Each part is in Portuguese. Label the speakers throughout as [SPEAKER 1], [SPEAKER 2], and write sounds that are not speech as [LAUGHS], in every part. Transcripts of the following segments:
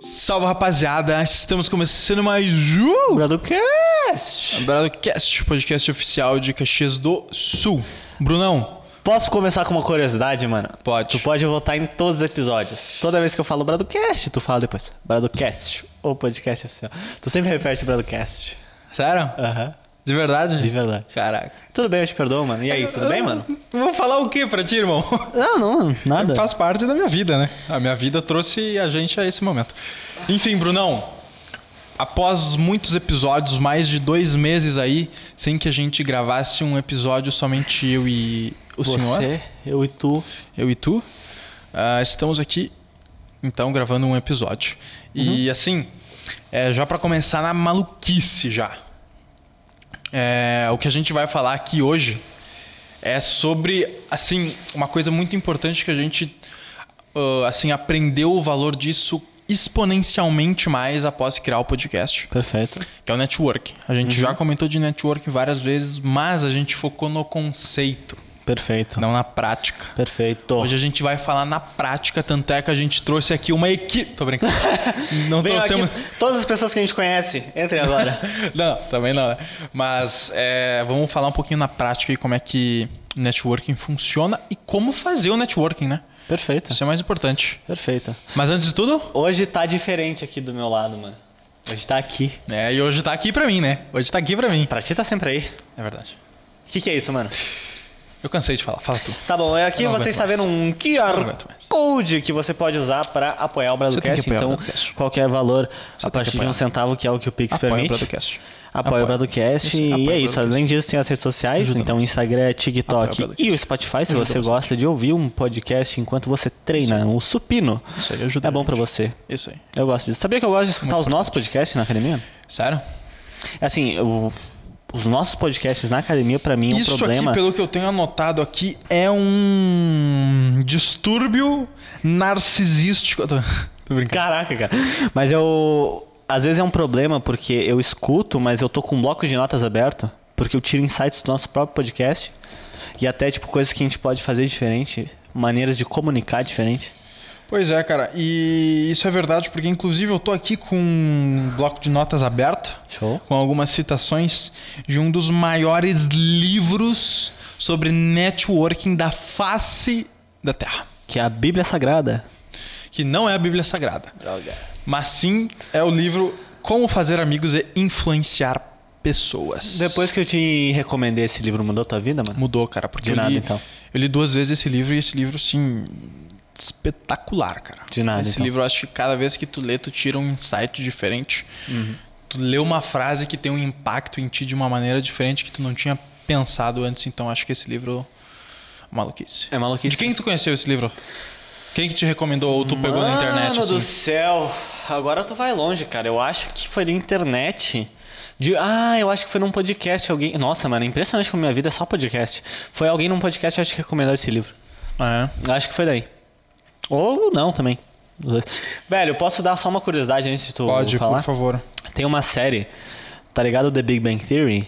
[SPEAKER 1] Salve rapaziada, estamos começando mais um
[SPEAKER 2] Braducast!
[SPEAKER 1] Bradocast, podcast oficial de Caxias do Sul. Brunão,
[SPEAKER 2] Posso começar com uma curiosidade, mano?
[SPEAKER 1] Pode.
[SPEAKER 2] Tu pode votar em todos os episódios. Toda vez que eu falo Braducast, tu fala depois. Braducast, ou podcast oficial. Tu sempre repete Braducast.
[SPEAKER 1] sério?
[SPEAKER 2] Aham,
[SPEAKER 1] De verdade?
[SPEAKER 2] de verdade.
[SPEAKER 1] Caraca.
[SPEAKER 2] Tudo bem, eu te perdoo, mano. E aí, tudo bem, mano?
[SPEAKER 1] Vou falar o que pra ti, irmão?
[SPEAKER 2] Não, não, nada.
[SPEAKER 1] Faz parte da minha vida, né? A minha vida trouxe a gente a esse momento. Enfim, Brunão, após muitos episódios, mais de dois meses aí, sem que a gente gravasse um episódio somente eu e o senhor.
[SPEAKER 2] Você, eu e tu.
[SPEAKER 1] eu e tu, ah, estamos aqui, então, gravando um episódio. E assim, é, já para começar na maluquice já. É, o que a gente vai falar aqui hoje é sobre, assim, uma coisa muito importante que a gente, ah, assim, aprendeu o valor disso exponencialmente mais após criar o podcast,
[SPEAKER 2] Perfeito.
[SPEAKER 1] que é o network. A gente já comentou de network várias vezes, mas a gente focou no conceito,
[SPEAKER 2] Perfeito.
[SPEAKER 1] não na prática.
[SPEAKER 2] Perfeito.
[SPEAKER 1] Hoje a gente vai falar na prática, tanto é que a gente trouxe aqui uma equipe. Tô [LAUGHS] brincando. Não
[SPEAKER 2] Veio aqui
[SPEAKER 1] trouxemos.
[SPEAKER 2] todas as pessoas que a gente conhece. Entrem agora.
[SPEAKER 1] Não, também não. né? Mas é, vamos falar um pouquinho na prática e como é que networking funciona e como fazer o networking, né?
[SPEAKER 2] [LAUGHS] Perfeito.
[SPEAKER 1] Isso é mais importante.
[SPEAKER 2] Perfeito.
[SPEAKER 1] Mas antes de tudo,
[SPEAKER 2] Hoje tá diferente aqui do meu lado, mano. Hoje tá aqui.
[SPEAKER 1] é, e hoje tá aqui pra mim, né? Hoje tá aqui pra mim.
[SPEAKER 2] Pra ti tá sempre aí.
[SPEAKER 1] É verdade.
[SPEAKER 2] O que, que é isso, mano?
[SPEAKER 1] Eu cansei de falar, fala tu.
[SPEAKER 2] Tá bom, é aqui
[SPEAKER 1] Eu não
[SPEAKER 2] você
[SPEAKER 1] aguento
[SPEAKER 2] está vendo
[SPEAKER 1] mais.
[SPEAKER 2] um
[SPEAKER 1] aguento
[SPEAKER 2] QR
[SPEAKER 1] mais.
[SPEAKER 2] Code que você pode usar para apoiar o
[SPEAKER 1] Você tem que
[SPEAKER 2] Braducast.
[SPEAKER 1] apoiar o
[SPEAKER 2] Então,
[SPEAKER 1] Braducast.
[SPEAKER 2] qualquer valor
[SPEAKER 1] Você tem que
[SPEAKER 2] a partir de
[SPEAKER 1] apoiar.
[SPEAKER 2] um centavo, que é o que o Pix
[SPEAKER 1] Apoia o
[SPEAKER 2] permite.
[SPEAKER 1] podcast.
[SPEAKER 2] Apoia o Braducast.
[SPEAKER 1] Isso,
[SPEAKER 2] E
[SPEAKER 1] apoia
[SPEAKER 2] é
[SPEAKER 1] o
[SPEAKER 2] isso.
[SPEAKER 1] Braducast.
[SPEAKER 2] Além disso, tem as redes sociais.
[SPEAKER 1] Ajuda
[SPEAKER 2] então,
[SPEAKER 1] muito.
[SPEAKER 2] Instagram,
[SPEAKER 1] Apoia o
[SPEAKER 2] TikTok
[SPEAKER 1] Braducast.
[SPEAKER 2] e o Spotify. Se
[SPEAKER 1] Ajuda
[SPEAKER 2] você
[SPEAKER 1] bastante.
[SPEAKER 2] gosta de ouvir um podcast enquanto você treina, o supino.
[SPEAKER 1] Isso aí ajuda.
[SPEAKER 2] É bom
[SPEAKER 1] a
[SPEAKER 2] pra
[SPEAKER 1] gente.
[SPEAKER 2] você.
[SPEAKER 1] Isso aí.
[SPEAKER 2] Eu gosto disso. Sabia que eu gosto de escutar os nossos podcasts na academia?
[SPEAKER 1] Sério?
[SPEAKER 2] Assim, o- os nossos podcasts na academia, pra mim, é um
[SPEAKER 1] Isso
[SPEAKER 2] problema.
[SPEAKER 1] aqui, pelo que eu tenho anotado aqui, é um distúrbio narcisístico. [LAUGHS] Tô, tô brincando.
[SPEAKER 2] Caraca, cara. Mas eu. Às vezes é um problema porque eu escuto, mas eu tô com um bloco de notas aberto. Porque eu tiro insights do nosso próprio podcast. E até, tipo, coisas que a gente pode fazer diferente. Maneiras de comunicar diferente.
[SPEAKER 1] Pois é, cara. E isso é verdade, porque inclusive eu tô aqui com um bloco de notas aberto,
[SPEAKER 2] Show.
[SPEAKER 1] com algumas citações de um dos maiores livros sobre networking da face da Terra.
[SPEAKER 2] Que é a Bíblia Sagrada.
[SPEAKER 1] Que não é a Bíblia Sagrada,
[SPEAKER 2] Droga.
[SPEAKER 1] mas sim é o livro Como Fazer Amigos e Influenciar Pessoas.
[SPEAKER 2] Depois que eu te recomendei esse livro, mudou tua vida, mano?
[SPEAKER 1] Mudou, cara, porque
[SPEAKER 2] De
[SPEAKER 1] eu,
[SPEAKER 2] nada,
[SPEAKER 1] li,
[SPEAKER 2] então.
[SPEAKER 1] eu li duas vezes esse livro e esse livro, assim, espetacular, cara.
[SPEAKER 2] De nada,
[SPEAKER 1] Esse
[SPEAKER 2] então.
[SPEAKER 1] livro, eu acho que cada vez que tu lê, tu tira um insight diferente.
[SPEAKER 2] Uhum.
[SPEAKER 1] Tu lê uma frase que tem um impacto em ti de uma maneira diferente que tu não tinha pensado antes. Então, acho que esse livro... Maluquice.
[SPEAKER 2] É maluquice.
[SPEAKER 1] De quem tu conheceu esse livro? Quem que te recomendou ou tu pegou na
[SPEAKER 2] Mano
[SPEAKER 1] internet?
[SPEAKER 2] do
[SPEAKER 1] Assim?
[SPEAKER 2] céu, agora tu vai longe, cara. Eu acho que foi da internet. De, ah, eu acho que foi num podcast alguém. Nossa, mano, é impressionante como minha vida é só podcast. Foi alguém num podcast acho que recomendou esse livro.
[SPEAKER 1] Ah,
[SPEAKER 2] Eu Acho que foi daí. Ou não também. Os dois. Velho, posso dar só uma curiosidade antes de tu
[SPEAKER 1] é? Pode,
[SPEAKER 2] falar?
[SPEAKER 1] por favor.
[SPEAKER 2] Tem uma série, tá ligado? The Big Bang Theory.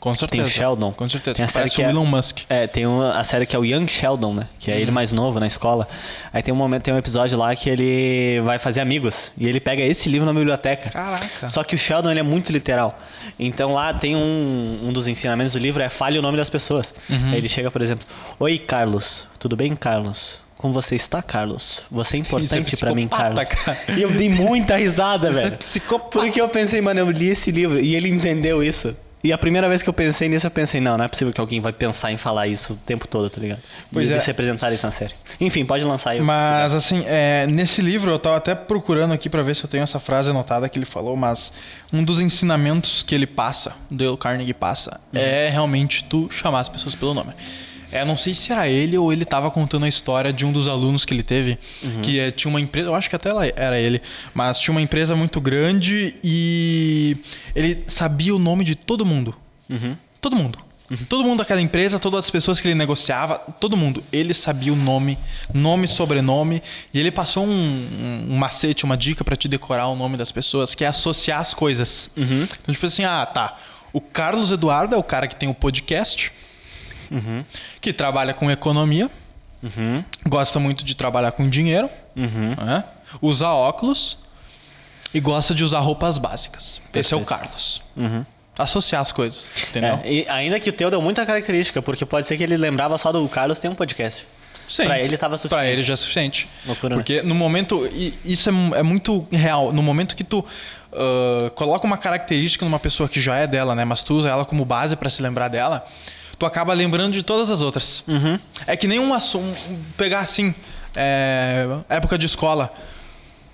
[SPEAKER 1] Com
[SPEAKER 2] Tem
[SPEAKER 1] certeza.
[SPEAKER 2] Sheldon.
[SPEAKER 1] Com certeza.
[SPEAKER 2] Tem a série
[SPEAKER 1] Parece
[SPEAKER 2] que
[SPEAKER 1] o
[SPEAKER 2] é-
[SPEAKER 1] Elon Musk.
[SPEAKER 2] É, tem uma, a série que é o Young Sheldon, né? Que é
[SPEAKER 1] Uhum.
[SPEAKER 2] ele mais novo na escola. Aí tem um momento, tem um episódio lá que ele vai fazer amigos. E ele pega esse livro na biblioteca.
[SPEAKER 1] Caraca.
[SPEAKER 2] Só que o Sheldon ele é muito literal. Então lá tem um, um dos ensinamentos do livro é fale o nome das pessoas.
[SPEAKER 1] Uhum.
[SPEAKER 2] Aí ele chega, por exemplo, Oi Carlos, tudo bem, Carlos? Como você está, Carlos? Você é importante pra mim,
[SPEAKER 1] psicopata,
[SPEAKER 2] Carlos.
[SPEAKER 1] cara.
[SPEAKER 2] E eu dei muita risada,
[SPEAKER 1] Isso é
[SPEAKER 2] velho.
[SPEAKER 1] psicopata.
[SPEAKER 2] Porque eu pensei, mano, eu li esse livro e ele entendeu isso. E a primeira vez que eu pensei nisso, eu pensei, não, não é possível que alguém vai pensar em falar isso o tempo todo, tá ligado?
[SPEAKER 1] Pois
[SPEAKER 2] e
[SPEAKER 1] é.
[SPEAKER 2] eles representaram isso na série. Enfim, pode lançar aí. o que tu
[SPEAKER 1] Mas assim, é, nesse livro eu tava até procurando aqui pra ver se eu tenho essa frase anotada que ele falou, mas um dos ensinamentos que ele passa, Dale Carnegie passa, é realmente tu chamar as pessoas pelo nome. É, não sei se era ele ou ele tava contando a história de um dos alunos que ele teve, que é, tinha uma empresa, eu acho que até ela era ele, mas tinha uma empresa muito grande e ele sabia o nome de todo mundo. Todo mundo. Todo mundo daquela empresa, todas as pessoas que ele negociava, todo mundo. Ele sabia o nome, nome, sobrenome. E ele passou um, um- um macete, uma dica pra te decorar o nome das pessoas, que é associar as coisas.
[SPEAKER 2] Uhum.
[SPEAKER 1] Então, tipo assim, ah, tá. O Carlos Eduardo é o cara que tem o podcast,
[SPEAKER 2] Uhum.
[SPEAKER 1] que trabalha com economia,
[SPEAKER 2] Uhum.
[SPEAKER 1] gosta muito de trabalhar com dinheiro, né? usa óculos, E gosta de usar roupas básicas. Esse é o
[SPEAKER 2] Perfeito. Uhum.
[SPEAKER 1] Carlos. Associar as coisas, entendeu?
[SPEAKER 2] É, e ainda que o teu deu muita característica, porque pode ser que ele lembrava só do Carlos tem um podcast.
[SPEAKER 1] Sim.
[SPEAKER 2] Pra ele tava suficiente.
[SPEAKER 1] Pra ele já é suficiente.
[SPEAKER 2] Loucura, né?
[SPEAKER 1] Porque no momento. e Isso é, mu- é muito real. No momento que tu ah, coloca uma característica numa pessoa que já é dela, né? Mas tu usa ela como base pra se lembrar dela, tu acaba lembrando de todas as outras.
[SPEAKER 2] Uhum.
[SPEAKER 1] É que nem um assunto. Pegar assim. é, época de escola.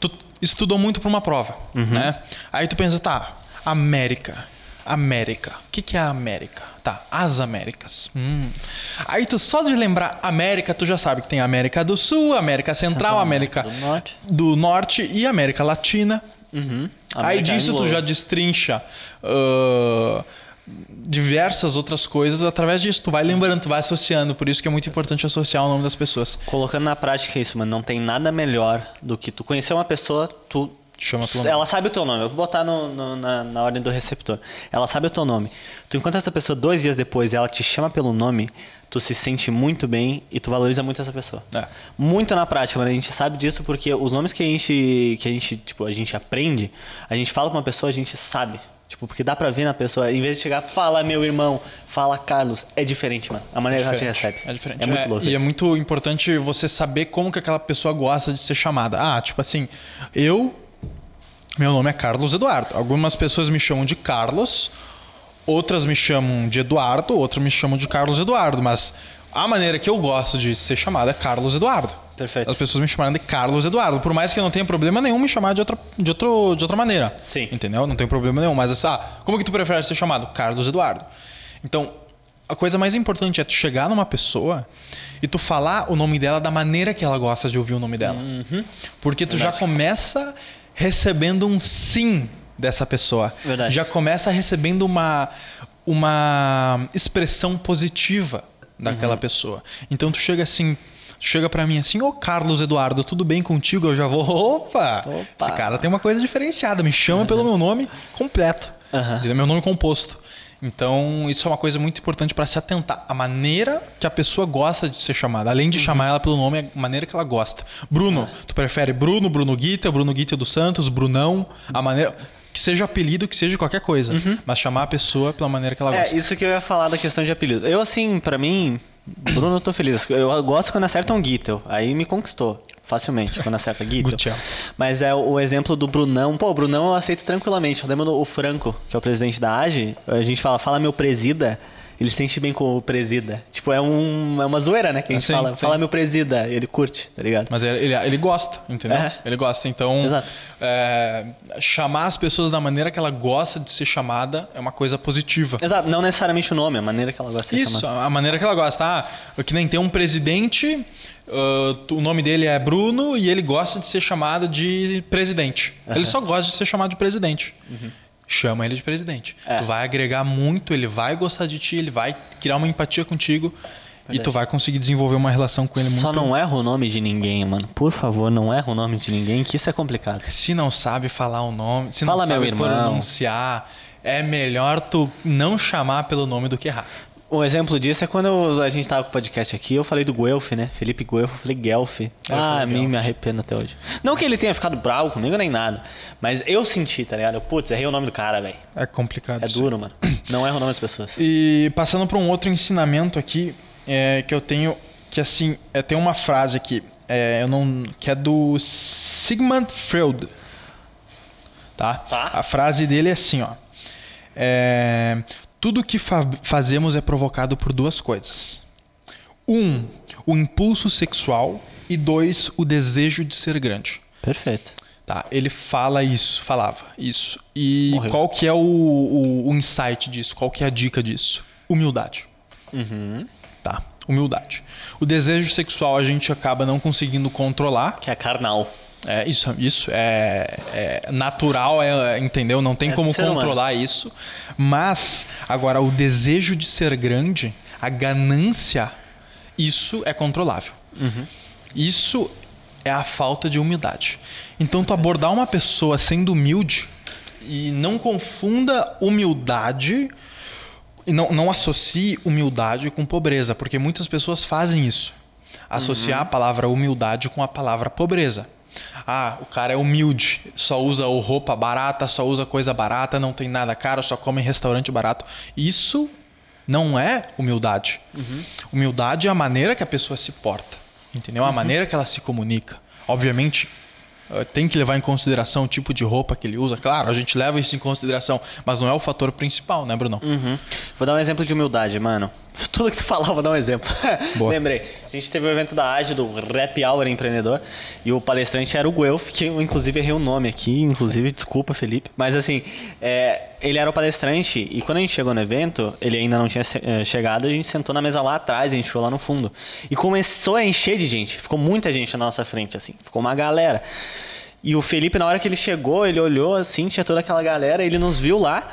[SPEAKER 1] Tu estudou muito pra uma prova,
[SPEAKER 2] Uhum.
[SPEAKER 1] né? Aí tu pensa, tá, América. América. O que, que é a América? Tá, as Américas. Hum. Aí tu só de lembrar América, tu já sabe que tem América do Sul, América Central, América
[SPEAKER 2] Do Norte.
[SPEAKER 1] do Norte e América Latina.
[SPEAKER 2] Uhum.
[SPEAKER 1] Aí
[SPEAKER 2] América
[SPEAKER 1] disso tu
[SPEAKER 2] Anglo-
[SPEAKER 1] já destrincha ah, diversas outras coisas. Através disso tu vai lembrando, tu vai associando. Por isso que é muito importante associar o nome das pessoas.
[SPEAKER 2] Colocando na prática isso, mano, não tem nada melhor do que tu conhecer uma pessoa, tu.
[SPEAKER 1] Chama pelo
[SPEAKER 2] Ela sabe o teu nome, eu vou botar no- no- na, na ordem do receptor. Ela sabe o teu nome. Tu encontra essa pessoa dois dias depois e ela te chama pelo nome, tu se sente muito bem e tu valoriza muito essa pessoa.
[SPEAKER 1] É.
[SPEAKER 2] Muito na prática, mano. A gente sabe disso porque os nomes que a gente, que a gente, tipo, a gente aprende, a gente fala com uma pessoa, a gente sabe. Tipo, porque dá pra ver na pessoa. Em vez de chegar, fala meu irmão, fala Carlos. É diferente, mano. A maneira que ela te recebe.
[SPEAKER 1] É diferente.
[SPEAKER 2] É muito louco.
[SPEAKER 1] E é
[SPEAKER 2] isso.
[SPEAKER 1] muito importante você saber como que aquela pessoa gosta de ser chamada. Ah, tipo assim, eu. Meu nome é Carlos Eduardo. Algumas pessoas me chamam de Carlos, outras me chamam de Eduardo, outras me chamam de Carlos Eduardo, mas a maneira que eu gosto de ser chamada é Carlos Eduardo.
[SPEAKER 2] Perfeito.
[SPEAKER 1] As pessoas me chamaram de Carlos Eduardo, por mais que eu não tenha problema nenhum me chamar de outra, de outro, de outra maneira.
[SPEAKER 2] Sim.
[SPEAKER 1] Entendeu? Não tem problema nenhum. Mas assim, ah, como que tu prefere ser chamado? Carlos Eduardo. Então, a coisa mais importante é tu chegar numa pessoa e tu falar o nome dela da maneira que ela gosta de ouvir o nome dela.
[SPEAKER 2] Uhum.
[SPEAKER 1] Porque tu já começa recebendo um sim dessa pessoa.
[SPEAKER 2] Verdade.
[SPEAKER 1] Já começa recebendo uma, uma expressão positiva
[SPEAKER 2] Uhum.
[SPEAKER 1] daquela pessoa. Então tu chega assim. tu Chega pra mim assim, ô Carlos Eduardo, tudo bem contigo? Eu já vou. [LAUGHS] Opa!
[SPEAKER 2] Opa!
[SPEAKER 1] Esse cara tem uma coisa diferenciada, me chama pelo meu nome completo.
[SPEAKER 2] Aham.
[SPEAKER 1] entendeu? Meu nome composto. Então, isso é uma coisa muito importante pra se atentar. A maneira que a pessoa gosta de ser chamada. Além
[SPEAKER 2] Uhum.
[SPEAKER 1] de chamar ela pelo nome, é a maneira que ela gosta. Bruno,
[SPEAKER 2] Ah.
[SPEAKER 1] tu prefere Bruno, Bruno Guita, Bruno Guita dos Santos, Brunão, a
[SPEAKER 2] Uhum.
[SPEAKER 1] maneira. Que seja apelido, que seja qualquer coisa. Mas chamar a pessoa pela maneira que ela
[SPEAKER 2] É,
[SPEAKER 1] gosta.
[SPEAKER 2] isso que eu ia falar da questão de apelido. Eu, assim, pra mim, Bruno, eu tô feliz. Eu gosto quando acerta um Guitel. Aí me conquistou. Facilmente, quando acerta Guitel.
[SPEAKER 1] Gutel.
[SPEAKER 2] Mas é o exemplo do Brunão. Pô, o Brunão eu aceito tranquilamente. Eu lembro o Franco, que é o presidente da AGE. A gente fala, fala meu presida. Ele se sente bem com o presida. Tipo, é, um, é uma zoeira, né? Que a gente
[SPEAKER 1] Sim,
[SPEAKER 2] fala,
[SPEAKER 1] sim.
[SPEAKER 2] fala meu presida. Ele curte, tá ligado?
[SPEAKER 1] Mas ele, ele, ele gosta, entendeu?
[SPEAKER 2] É.
[SPEAKER 1] Ele gosta. Então,
[SPEAKER 2] Exato.
[SPEAKER 1] é, chamar as pessoas da maneira que ela gosta de ser chamada é uma coisa positiva.
[SPEAKER 2] Exato, não necessariamente o nome, a maneira que ela gosta de
[SPEAKER 1] Isso,
[SPEAKER 2] chamar.
[SPEAKER 1] a maneira que ela gosta. Ah, que nem tem um presidente, ah, tu- o nome dele é Bruno e ele gosta de ser chamado de presidente. Ele só gosta de ser chamado de presidente. Chama ele de presidente.
[SPEAKER 2] Uhum. É.
[SPEAKER 1] Tu vai agregar muito, ele vai gostar de ti, ele vai criar uma empatia contigo e tu vai conseguir desenvolver uma relação com ele é
[SPEAKER 2] Só
[SPEAKER 1] muito.
[SPEAKER 2] não erra o nome de ninguém, mano. Por favor, não erra o nome de ninguém, que isso é complicado.
[SPEAKER 1] Se não sabe falar o nome, se
[SPEAKER 2] Fala,
[SPEAKER 1] não
[SPEAKER 2] meu
[SPEAKER 1] sabe
[SPEAKER 2] irmão.
[SPEAKER 1] pronunciar, é melhor tu não chamar pelo nome do que errar.
[SPEAKER 2] Um exemplo disso é quando eu- a gente tava com o podcast aqui, eu falei do Guelph, né? Felipe Guelph, eu falei Guelph. Ah, a mim me arrependo até hoje. Não que ele tenha ficado bravo comigo nem nada, mas eu senti, tá ligado? Eu, Putz, errei o nome do cara, velho.
[SPEAKER 1] É complicado.
[SPEAKER 2] É
[SPEAKER 1] isso.
[SPEAKER 2] duro, mano. Não erra o nome das pessoas.
[SPEAKER 1] E passando para um outro ensinamento aqui, é, que eu tenho, que assim, é, tem uma frase aqui, é, eu não, que é do Sigmund Freud, tá?
[SPEAKER 2] Tá.
[SPEAKER 1] A frase dele é assim, ó. É, tudo que fa- fazemos é provocado por duas coisas. Um, o impulso sexual e dois, o desejo de ser grande.
[SPEAKER 2] Perfeito.
[SPEAKER 1] Tá, ele fala isso, falava isso. E
[SPEAKER 2] Morreu.
[SPEAKER 1] qual que é o, o, o insight disso? Qual que é a dica disso? Humildade. Tá, humildade. O desejo sexual a gente acaba não conseguindo controlar.
[SPEAKER 2] Que é carnal.
[SPEAKER 1] É, isso isso é, é natural, é, entendeu? Não tem
[SPEAKER 2] É
[SPEAKER 1] como
[SPEAKER 2] do ser humano.
[SPEAKER 1] controlar isso. Mas, agora, o desejo de ser grande, a ganância, isso é controlável.
[SPEAKER 2] Uhum.
[SPEAKER 1] Isso é a falta de humildade. Então, tu abordar uma pessoa sendo humilde e não confunda humildade e não, não associe humildade com pobreza, porque muitas pessoas fazem isso. Associar a palavra humildade com a palavra pobreza. Ah, o cara é humilde, só usa o roupa barata, só usa coisa barata, não tem nada caro, só come em restaurante barato. Isso não é humildade. Humildade é a maneira que a pessoa se porta, entendeu? A maneira que ela se comunica. Obviamente, eh, tem que levar em consideração o tipo de roupa que ele usa. Claro, a gente leva isso em consideração, mas não é o fator principal, né, Bruno?
[SPEAKER 2] Uhum. Vou dar um exemplo de humildade, mano. [LAUGHS] Tudo que tu falar, vou dar um exemplo. [LAUGHS]
[SPEAKER 1] Boa.
[SPEAKER 2] Lembrei. A gente teve o evento da AGE, do Rap Hour Empreendedor, e o palestrante era o Guelph, que eu inclusive errei o nome aqui, inclusive, desculpa, Felipe. Mas assim, é, ele era o palestrante, e quando a gente chegou no evento, ele ainda não tinha se- eh, chegado, a gente sentou na mesa lá atrás, a gente ficou lá no fundo. E começou a encher de gente, ficou muita gente na nossa frente, assim, ficou uma galera. E o Felipe, na hora que ele chegou, ele olhou assim, tinha toda aquela galera, ele nos viu lá.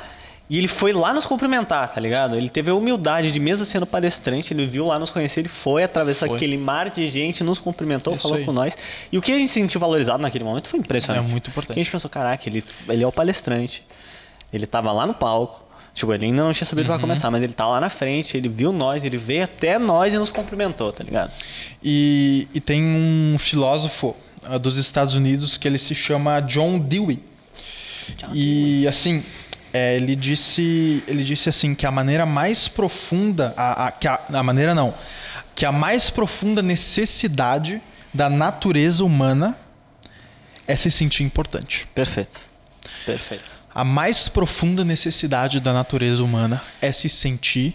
[SPEAKER 2] E ele foi lá nos cumprimentar, tá ligado? Ele teve a humildade de, mesmo sendo palestrante, ele viu lá nos conhecer, ele foi, atravessou
[SPEAKER 1] Foi.
[SPEAKER 2] aquele mar de gente, nos cumprimentou,
[SPEAKER 1] Isso
[SPEAKER 2] falou
[SPEAKER 1] aí.
[SPEAKER 2] com nós. E o que a gente sentiu valorizado naquele momento foi impressionante.
[SPEAKER 1] É muito importante.
[SPEAKER 2] Que A gente pensou, caraca, ele, ele é o palestrante. Ele tava lá no palco. Tipo, ele ainda não tinha sabido pra
[SPEAKER 1] Uhum.
[SPEAKER 2] começar, mas ele tá lá na frente, ele viu nós, ele veio até nós e nos cumprimentou, tá ligado?
[SPEAKER 1] E, e tem um filósofo ah, dos Estados Unidos que ele se chama John Dewey. E assim, é, ele disse, ele disse assim que a maneira mais profunda, a, a- que a, a maneira não, que a mais profunda necessidade da natureza humana é se sentir importante.
[SPEAKER 2] Perfeito. Perfeito.
[SPEAKER 1] A mais profunda necessidade da natureza humana é se sentir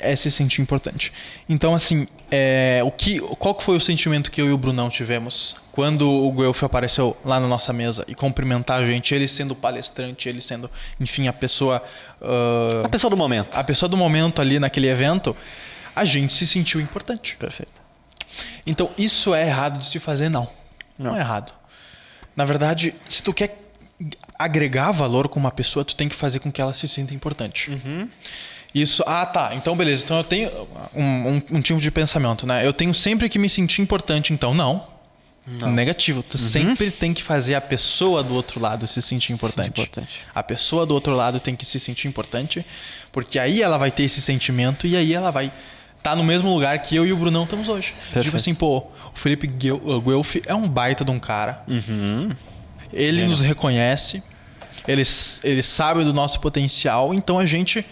[SPEAKER 1] é se sentir importante. Então, assim, é, o que, qual que foi o sentimento que eu e o Brunão tivemos quando o Guelph apareceu lá na nossa mesa e cumprimentar a gente, ele sendo palestrante, ele sendo, enfim, a pessoa ah,
[SPEAKER 2] A pessoa do momento.
[SPEAKER 1] a pessoa do momento ali naquele evento, a gente se sentiu importante.
[SPEAKER 2] Perfeito.
[SPEAKER 1] Então, isso é errado de se fazer, não. Não,
[SPEAKER 2] Não.
[SPEAKER 1] é errado. Na verdade, se tu quer agregar valor com uma pessoa, tu tem que fazer com que ela se sinta importante. Isso, ah tá, então beleza, então eu tenho um, um- um tipo de pensamento, né? Eu tenho sempre que me sentir importante, então não. Negativo, tu sempre tem que fazer a pessoa do outro lado se sentir importante.
[SPEAKER 2] importante.
[SPEAKER 1] A pessoa do outro lado tem que se sentir importante, porque aí ela vai ter esse sentimento e aí ela vai estar no mesmo lugar que eu e o Brunão estamos hoje. Tipo
[SPEAKER 2] Perfeito.
[SPEAKER 1] assim, pô, o Felipe Guel- uh, Guelph é um baita de um cara.
[SPEAKER 2] Uhum.
[SPEAKER 1] Ele nos reconhece, ele, s- ele sabe do nosso potencial, então a gente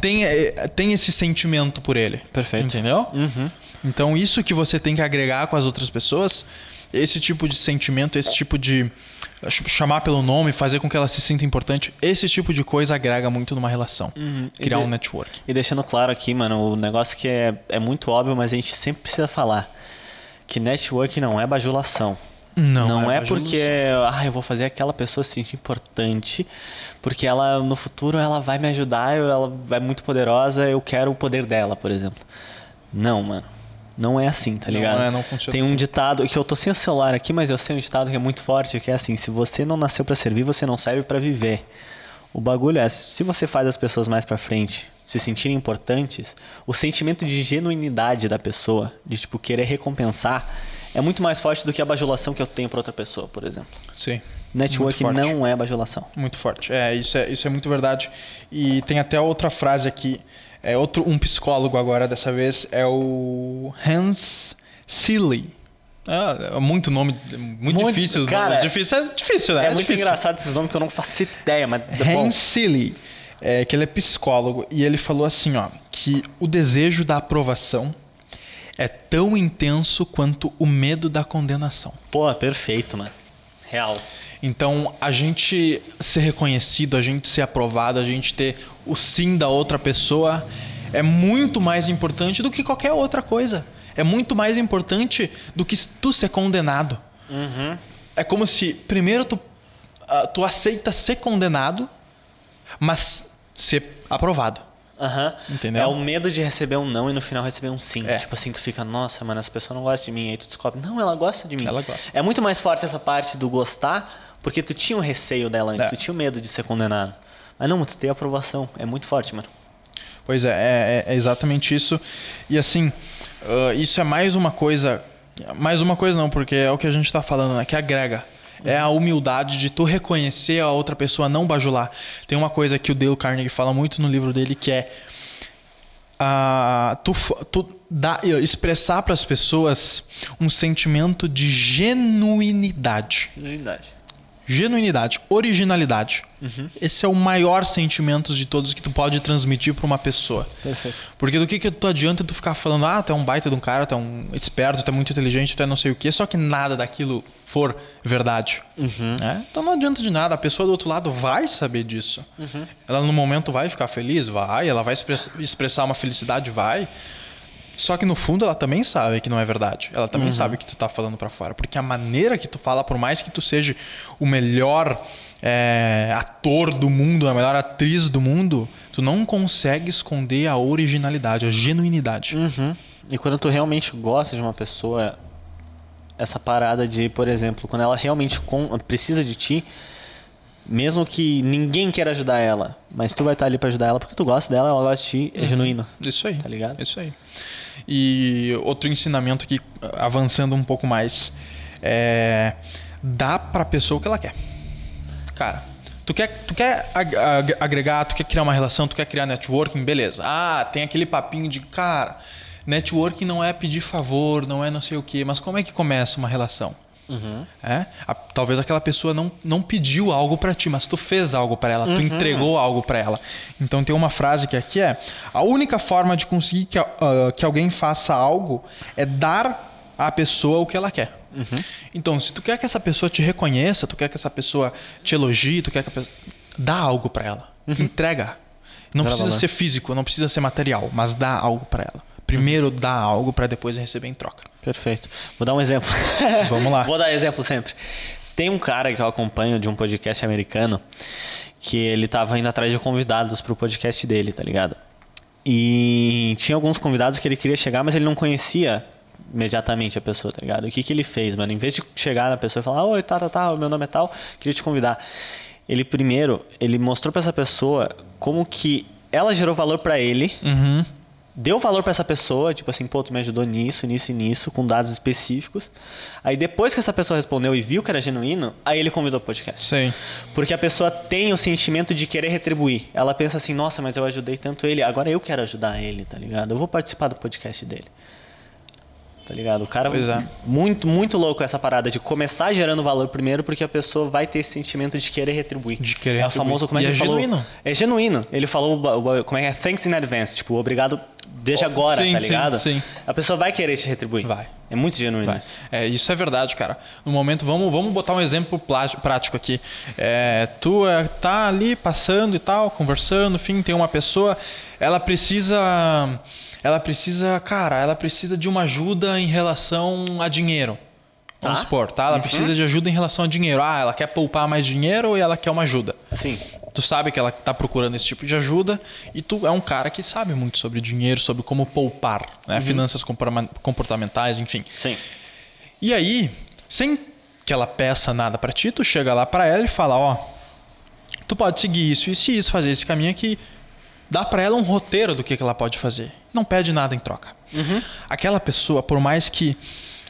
[SPEAKER 1] tem, eh, tem esse sentimento por ele.
[SPEAKER 2] Perfeito.
[SPEAKER 1] Entendeu?
[SPEAKER 2] Uhum.
[SPEAKER 1] Então, isso que você tem que agregar com as outras pessoas, esse tipo de sentimento, esse tipo de ch- chamar pelo nome, fazer com que ela se sinta importante, esse tipo de coisa agrega muito numa relação. Criar
[SPEAKER 2] E
[SPEAKER 1] um
[SPEAKER 2] de-
[SPEAKER 1] network.
[SPEAKER 2] E deixando claro aqui, mano, o negócio que é, é muito óbvio, mas a gente sempre precisa falar. Que network não é bajulação.
[SPEAKER 1] Não,
[SPEAKER 2] Não, é,
[SPEAKER 1] pra
[SPEAKER 2] porque,
[SPEAKER 1] Jesus.
[SPEAKER 2] ah, eu vou fazer aquela pessoa se sentir importante, porque ela no futuro ela vai me ajudar, eu- ela é muito poderosa, eu quero o poder dela, por exemplo. Não, mano. Não é assim, tá
[SPEAKER 1] Não
[SPEAKER 2] ligado?
[SPEAKER 1] é, não funciona
[SPEAKER 2] Tem um
[SPEAKER 1] assim.
[SPEAKER 2] ditado que eu tô sem o celular aqui, mas eu sei um ditado que é muito forte, que é assim, se você não nasceu pra servir, você não serve pra viver. O bagulho é, se você faz as pessoas mais pra frente se sentirem importantes, o sentimento de genuinidade da pessoa, de tipo querer recompensar, é muito mais forte do que a bajulação que eu tenho pra outra pessoa, por exemplo.
[SPEAKER 1] Sim.
[SPEAKER 2] Network
[SPEAKER 1] Muito forte.
[SPEAKER 2] não é bajulação.
[SPEAKER 1] Muito forte. É, isso é, isso é muito verdade. E tem até outra frase aqui. É outro um psicólogo agora dessa vez é o Hans Seeley. É, é muito nome, muito,
[SPEAKER 2] Muito-
[SPEAKER 1] difícil. os
[SPEAKER 2] cara,
[SPEAKER 1] nomes. difícil, é difícil, né?
[SPEAKER 2] É, muito
[SPEAKER 1] difícil.
[SPEAKER 2] engraçado esses nomes que eu não faço ideia, mas bom,
[SPEAKER 1] Hans Seeley, é, que ele é psicólogo, e ele falou assim, ó, que o desejo da aprovação é tão intenso quanto o medo da condenação.
[SPEAKER 2] pô, perfeito, mano. Real.
[SPEAKER 1] Então, a gente ser reconhecido, a gente ser aprovado, a gente ter o sim da outra pessoa é muito mais importante do que qualquer outra coisa. É muito mais importante do que tu ser condenado.
[SPEAKER 2] Uhum.
[SPEAKER 1] É como se primeiro tu, ah, tu aceita ser condenado, mas ser aprovado.
[SPEAKER 2] Aham.
[SPEAKER 1] Entendeu?
[SPEAKER 2] É o medo de receber um não e no final receber um sim.
[SPEAKER 1] É.
[SPEAKER 2] Tipo assim, tu fica, nossa, mano, essa pessoa não gosta de mim. Aí tu descobre, não, ela gosta de mim.
[SPEAKER 1] Ela gosta.
[SPEAKER 2] É muito mais forte essa parte do gostar, porque tu tinha o receio dela antes,
[SPEAKER 1] É.
[SPEAKER 2] tu tinha o medo de ser condenado. Mas não, tu tem a aprovação. É muito forte, mano.
[SPEAKER 1] Pois é, é, é- é exatamente isso. E assim, ah, isso é mais uma coisa. Mais uma coisa não, porque é o que a gente tá falando, né? Que agrega. É a humildade de tu reconhecer a outra pessoa, não bajular. Tem uma coisa que o Dale Carnegie fala muito no livro dele que é ah, tu, fa- tu dá, expressar para as pessoas um sentimento de genuinidade.
[SPEAKER 2] Genuinidade.
[SPEAKER 1] Genuinidade, originalidade. Esse é o maior sentimento de todos que tu pode transmitir para uma pessoa.
[SPEAKER 2] Perfeito.
[SPEAKER 1] Porque do que, que tu adianta tu ficar falando, ah, tu é um baita de um cara, tu é um esperto, tu é muito inteligente, tu é não sei o quê, só que nada daquilo for verdade. né? Então não adianta de nada, a pessoa do outro lado vai saber disso. Ela no momento vai ficar feliz? Vai. Ela vai express- expressar uma felicidade? Vai. Só que no fundo ela também sabe que não é verdade. Ela
[SPEAKER 2] Uhum.
[SPEAKER 1] também sabe que tu tá falando pra fora. Porque a maneira que tu fala, por mais que tu seja o melhor é, ator do mundo, a melhor atriz do mundo, tu não consegue esconder a originalidade, a genuinidade.
[SPEAKER 2] Uhum. E quando tu realmente gosta de uma pessoa, essa parada de, por exemplo, quando ela realmente con- precisa de ti, mesmo que ninguém queira ajudar ela, mas tu vai estar ali pra ajudar ela porque tu gosta dela, ela gosta de ti, é genuíno.
[SPEAKER 1] Isso aí.
[SPEAKER 2] Tá ligado?
[SPEAKER 1] Isso aí. E outro ensinamento aqui, avançando um pouco mais, é dá pra pessoa o que ela quer. Cara, tu quer, tu quer ag- ag- agregar, tu quer criar uma relação, tu quer criar networking, beleza. Ah, tem aquele papinho de, cara, networking não é pedir favor, não é não sei o quê, mas como é que começa uma relação? É? A- talvez aquela pessoa não, não pediu algo pra ti, mas tu fez algo pra ela, tu entregou algo pra ela. Então tem uma frase que aqui é: a única forma de conseguir que, a- ah, que alguém faça algo é dar à pessoa o que ela quer.
[SPEAKER 2] Uhum.
[SPEAKER 1] Então, se tu quer que essa pessoa te reconheça, tu quer que essa pessoa te elogie, tu quer que a pessoa dá algo pra ela, entrega. Não
[SPEAKER 2] Uhum. Dá
[SPEAKER 1] precisa
[SPEAKER 2] valor.
[SPEAKER 1] ser físico, não precisa ser material, mas dá algo pra ela. Primeiro
[SPEAKER 2] Uhum.
[SPEAKER 1] dá algo pra depois receber em troca.
[SPEAKER 2] Perfeito. Vou dar um exemplo.
[SPEAKER 1] [LAUGHS] Vamos lá.
[SPEAKER 2] Vou dar exemplo sempre. Tem um cara que eu acompanho de um podcast americano que ele tava indo atrás de convidados pro podcast dele, tá ligado? E tinha alguns convidados que ele queria chegar, mas ele não conhecia imediatamente a pessoa, tá ligado? O que que ele fez, mano? Em vez de chegar na pessoa e falar, oi, tá, tá, tá, meu nome é tal, queria te convidar. Ele primeiro, ele mostrou pra essa pessoa como que ela gerou valor pra ele
[SPEAKER 1] Uhum.
[SPEAKER 2] deu valor pra essa pessoa, tipo assim, pô, tu me ajudou nisso, nisso e nisso, com dados específicos. Aí depois que essa pessoa respondeu e viu que era genuíno, aí ele convidou o podcast.
[SPEAKER 1] Sim.
[SPEAKER 2] Porque a pessoa tem o sentimento de querer retribuir. Ela pensa assim, nossa, mas eu ajudei tanto ele, agora eu quero ajudar ele, tá ligado? Eu vou participar do podcast dele. Tá ligado? O cara
[SPEAKER 1] Pois é.
[SPEAKER 2] muito, muito louco essa parada de começar gerando valor primeiro, porque a pessoa vai ter esse sentimento de querer retribuir.
[SPEAKER 1] De querer
[SPEAKER 2] é o
[SPEAKER 1] retribuir.
[SPEAKER 2] famoso, como é
[SPEAKER 1] E
[SPEAKER 2] que
[SPEAKER 1] é
[SPEAKER 2] ele falou?
[SPEAKER 1] genuíno.
[SPEAKER 2] É genuíno. Ele falou, o- o- como é que é? Thanks in advance. Tipo, obrigado desde
[SPEAKER 1] Oh,
[SPEAKER 2] agora,
[SPEAKER 1] sim,
[SPEAKER 2] tá
[SPEAKER 1] sim,
[SPEAKER 2] ligado?
[SPEAKER 1] sim.
[SPEAKER 2] A pessoa vai querer te retribuir.
[SPEAKER 1] Vai.
[SPEAKER 2] É muito genuíno
[SPEAKER 1] Vai.
[SPEAKER 2] isso.
[SPEAKER 1] É, isso é verdade, cara. No momento, vamos, vamos botar um exemplo plá- prático aqui. É, tu é, tá ali passando e tal, conversando, enfim, tem uma pessoa, ela precisa. Ela precisa, cara, ela precisa de uma ajuda em relação a dinheiro. Vamos
[SPEAKER 2] Tá.
[SPEAKER 1] supor, tá? Ela precisa de ajuda em relação a dinheiro. Ah, ela quer poupar mais dinheiro e ela quer uma ajuda.
[SPEAKER 2] Sim.
[SPEAKER 1] Tu sabe que ela tá procurando esse tipo de ajuda e tu é um cara que sabe muito sobre dinheiro, sobre como poupar, né? Finanças comporma- comportamentais, enfim.
[SPEAKER 2] Sim.
[SPEAKER 1] E aí, sem que ela peça nada pra ti, tu chega lá pra ela e fala, ó, tu pode seguir isso, isso e isso, fazer esse caminho aqui. Dá pra ela um roteiro do que, que ela pode fazer. Não pede nada em troca.
[SPEAKER 2] Uhum.
[SPEAKER 1] Aquela pessoa, por mais que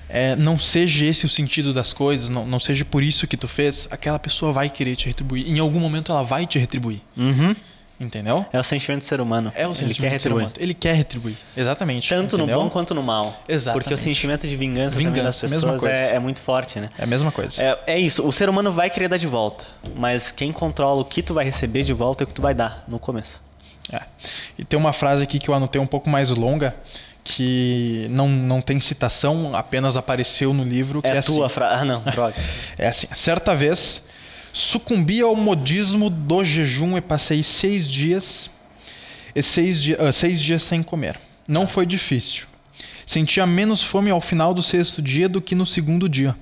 [SPEAKER 1] é, não seja esse o sentido das coisas, não, não seja por isso que tu fez, aquela pessoa vai querer te retribuir. Em algum momento ela vai te retribuir.
[SPEAKER 2] Uhum.
[SPEAKER 1] Entendeu?
[SPEAKER 2] É o sentimento do ser humano.
[SPEAKER 1] É o
[SPEAKER 2] Ele
[SPEAKER 1] sentimento
[SPEAKER 2] quer
[SPEAKER 1] do ser
[SPEAKER 2] retribuir.
[SPEAKER 1] humano. Ele quer retribuir. Exatamente.
[SPEAKER 2] Tanto
[SPEAKER 1] entendeu?
[SPEAKER 2] no bom quanto no mal.
[SPEAKER 1] Exatamente.
[SPEAKER 2] Porque o sentimento de vingança, também das
[SPEAKER 1] Vingança, mesma
[SPEAKER 2] pessoas
[SPEAKER 1] coisa.
[SPEAKER 2] é, é muito forte, né?
[SPEAKER 1] É a mesma coisa.
[SPEAKER 2] É, é isso, o ser humano vai querer dar de volta, mas quem controla o que tu vai receber de volta é o que tu vai dar no começo.
[SPEAKER 1] É. E tem uma frase aqui que eu anotei um pouco mais longa, que não, não tem citação, apenas apareceu no livro. Que
[SPEAKER 2] É
[SPEAKER 1] é
[SPEAKER 2] a tua
[SPEAKER 1] Assim,
[SPEAKER 2] frase. Ah, não, droga.
[SPEAKER 1] é assim. Certa vez, sucumbi ao modismo do jejum e passei seis dias, e seis, di- ah, seis dias sem comer. Não foi difícil. Sentia menos fome ao final do sexto dia do que no segundo dia.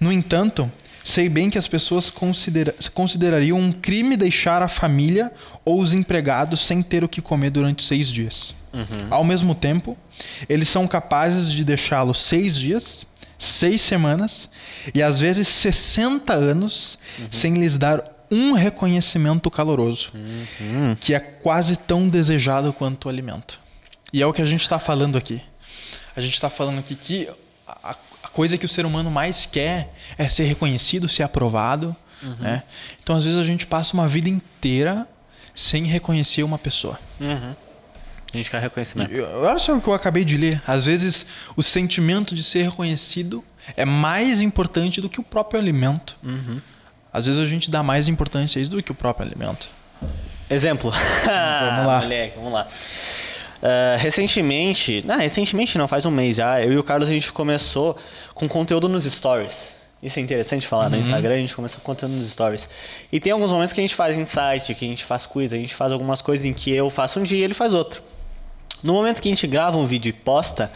[SPEAKER 1] No entanto, sei bem que as pessoas considera- considerariam um crime deixar a família ou os empregados sem ter o que comer durante seis dias. Ao mesmo tempo, eles são capazes de deixá-lo seis dias, seis semanas e às vezes 60 anos sem lhes dar um reconhecimento caloroso, que é quase tão desejado quanto o alimento. E é o que a gente está falando aqui. A gente está falando aqui que a, a coisa que o ser humano mais quer é ser reconhecido, ser aprovado. Né? Então, às vezes, a gente passa uma vida inteira sem reconhecer uma pessoa.
[SPEAKER 2] A gente quer reconhecimento.
[SPEAKER 1] né? Eu- Olha só o que eu acabei de ler. Às vezes, o sentimento de ser reconhecido é mais importante do que o próprio alimento. Às vezes a gente dá mais importância a isso do que o próprio alimento.
[SPEAKER 2] Exemplo.
[SPEAKER 1] Vamos lá.
[SPEAKER 2] [LAUGHS] Moleque, vamos lá. Ah, recentemente, não, recentemente não, faz um mês já, eu e o Carlos a gente começou com conteúdo nos stories. Isso é interessante falar
[SPEAKER 1] Uhum.
[SPEAKER 2] no Instagram, a gente começou com conteúdo nos stories. E tem alguns momentos que a gente faz insight, que a gente faz quiz, a gente faz algumas coisas em que eu faço um dia e ele faz outro. No momento que a gente grava um vídeo e posta,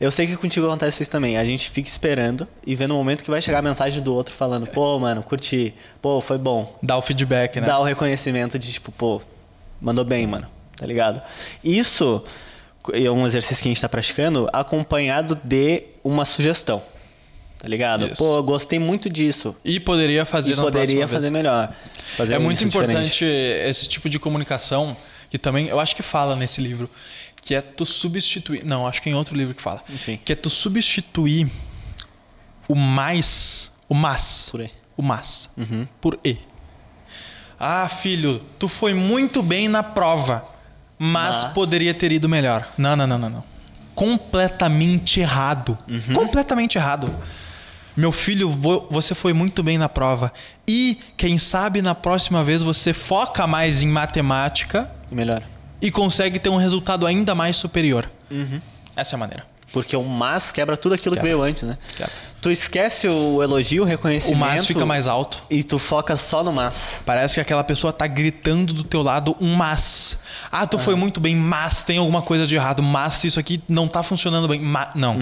[SPEAKER 2] eu sei que contigo acontece isso também. A gente fica esperando e vendo o momento que vai chegar a mensagem do outro falando, pô, mano, curti, pô, foi bom,
[SPEAKER 1] Dá o feedback, né?
[SPEAKER 2] dá o reconhecimento de tipo, pô, mandou bem, mano, tá ligado? Isso é um exercício que a gente tá praticando acompanhado de uma sugestão, tá ligado?
[SPEAKER 1] Isso.
[SPEAKER 2] Pô, gostei muito disso.
[SPEAKER 1] E poderia fazer
[SPEAKER 2] E
[SPEAKER 1] na
[SPEAKER 2] poderia
[SPEAKER 1] próxima vez.
[SPEAKER 2] fazer melhor. fazer
[SPEAKER 1] é
[SPEAKER 2] um
[SPEAKER 1] muito
[SPEAKER 2] isso diferente.
[SPEAKER 1] importante esse tipo de comunicação, que também eu acho que fala nesse livro, que é tu substituir. Não, acho que é em outro livro que fala.
[SPEAKER 2] Enfim.
[SPEAKER 1] Que é tu substituir o mais, o mas,
[SPEAKER 2] Por aí.
[SPEAKER 1] o mas, por e. Ah, filho, tu foi muito bem na prova, mas,
[SPEAKER 2] Mas-
[SPEAKER 1] poderia ter ido melhor. Não, não, não, não, não. Completamente errado. Completamente errado. Meu filho, vo- você foi muito bem na prova. E quem sabe na próxima vez você foca mais em matemática
[SPEAKER 2] E melhor.
[SPEAKER 1] e consegue ter um resultado ainda mais superior. Essa é a maneira.
[SPEAKER 2] Porque o mas quebra tudo aquilo que veio antes, né?
[SPEAKER 1] Quebra.
[SPEAKER 2] Tu esquece o elogio, o
[SPEAKER 1] O
[SPEAKER 2] reconhecimento.
[SPEAKER 1] mas fica mais alto.
[SPEAKER 2] E tu foca só no mas.
[SPEAKER 1] Parece que aquela pessoa tá gritando do teu lado um mas. Ah, tu foi muito bem, mas tem alguma coisa de errado, mas isso aqui não tá funcionando bem. Ma não.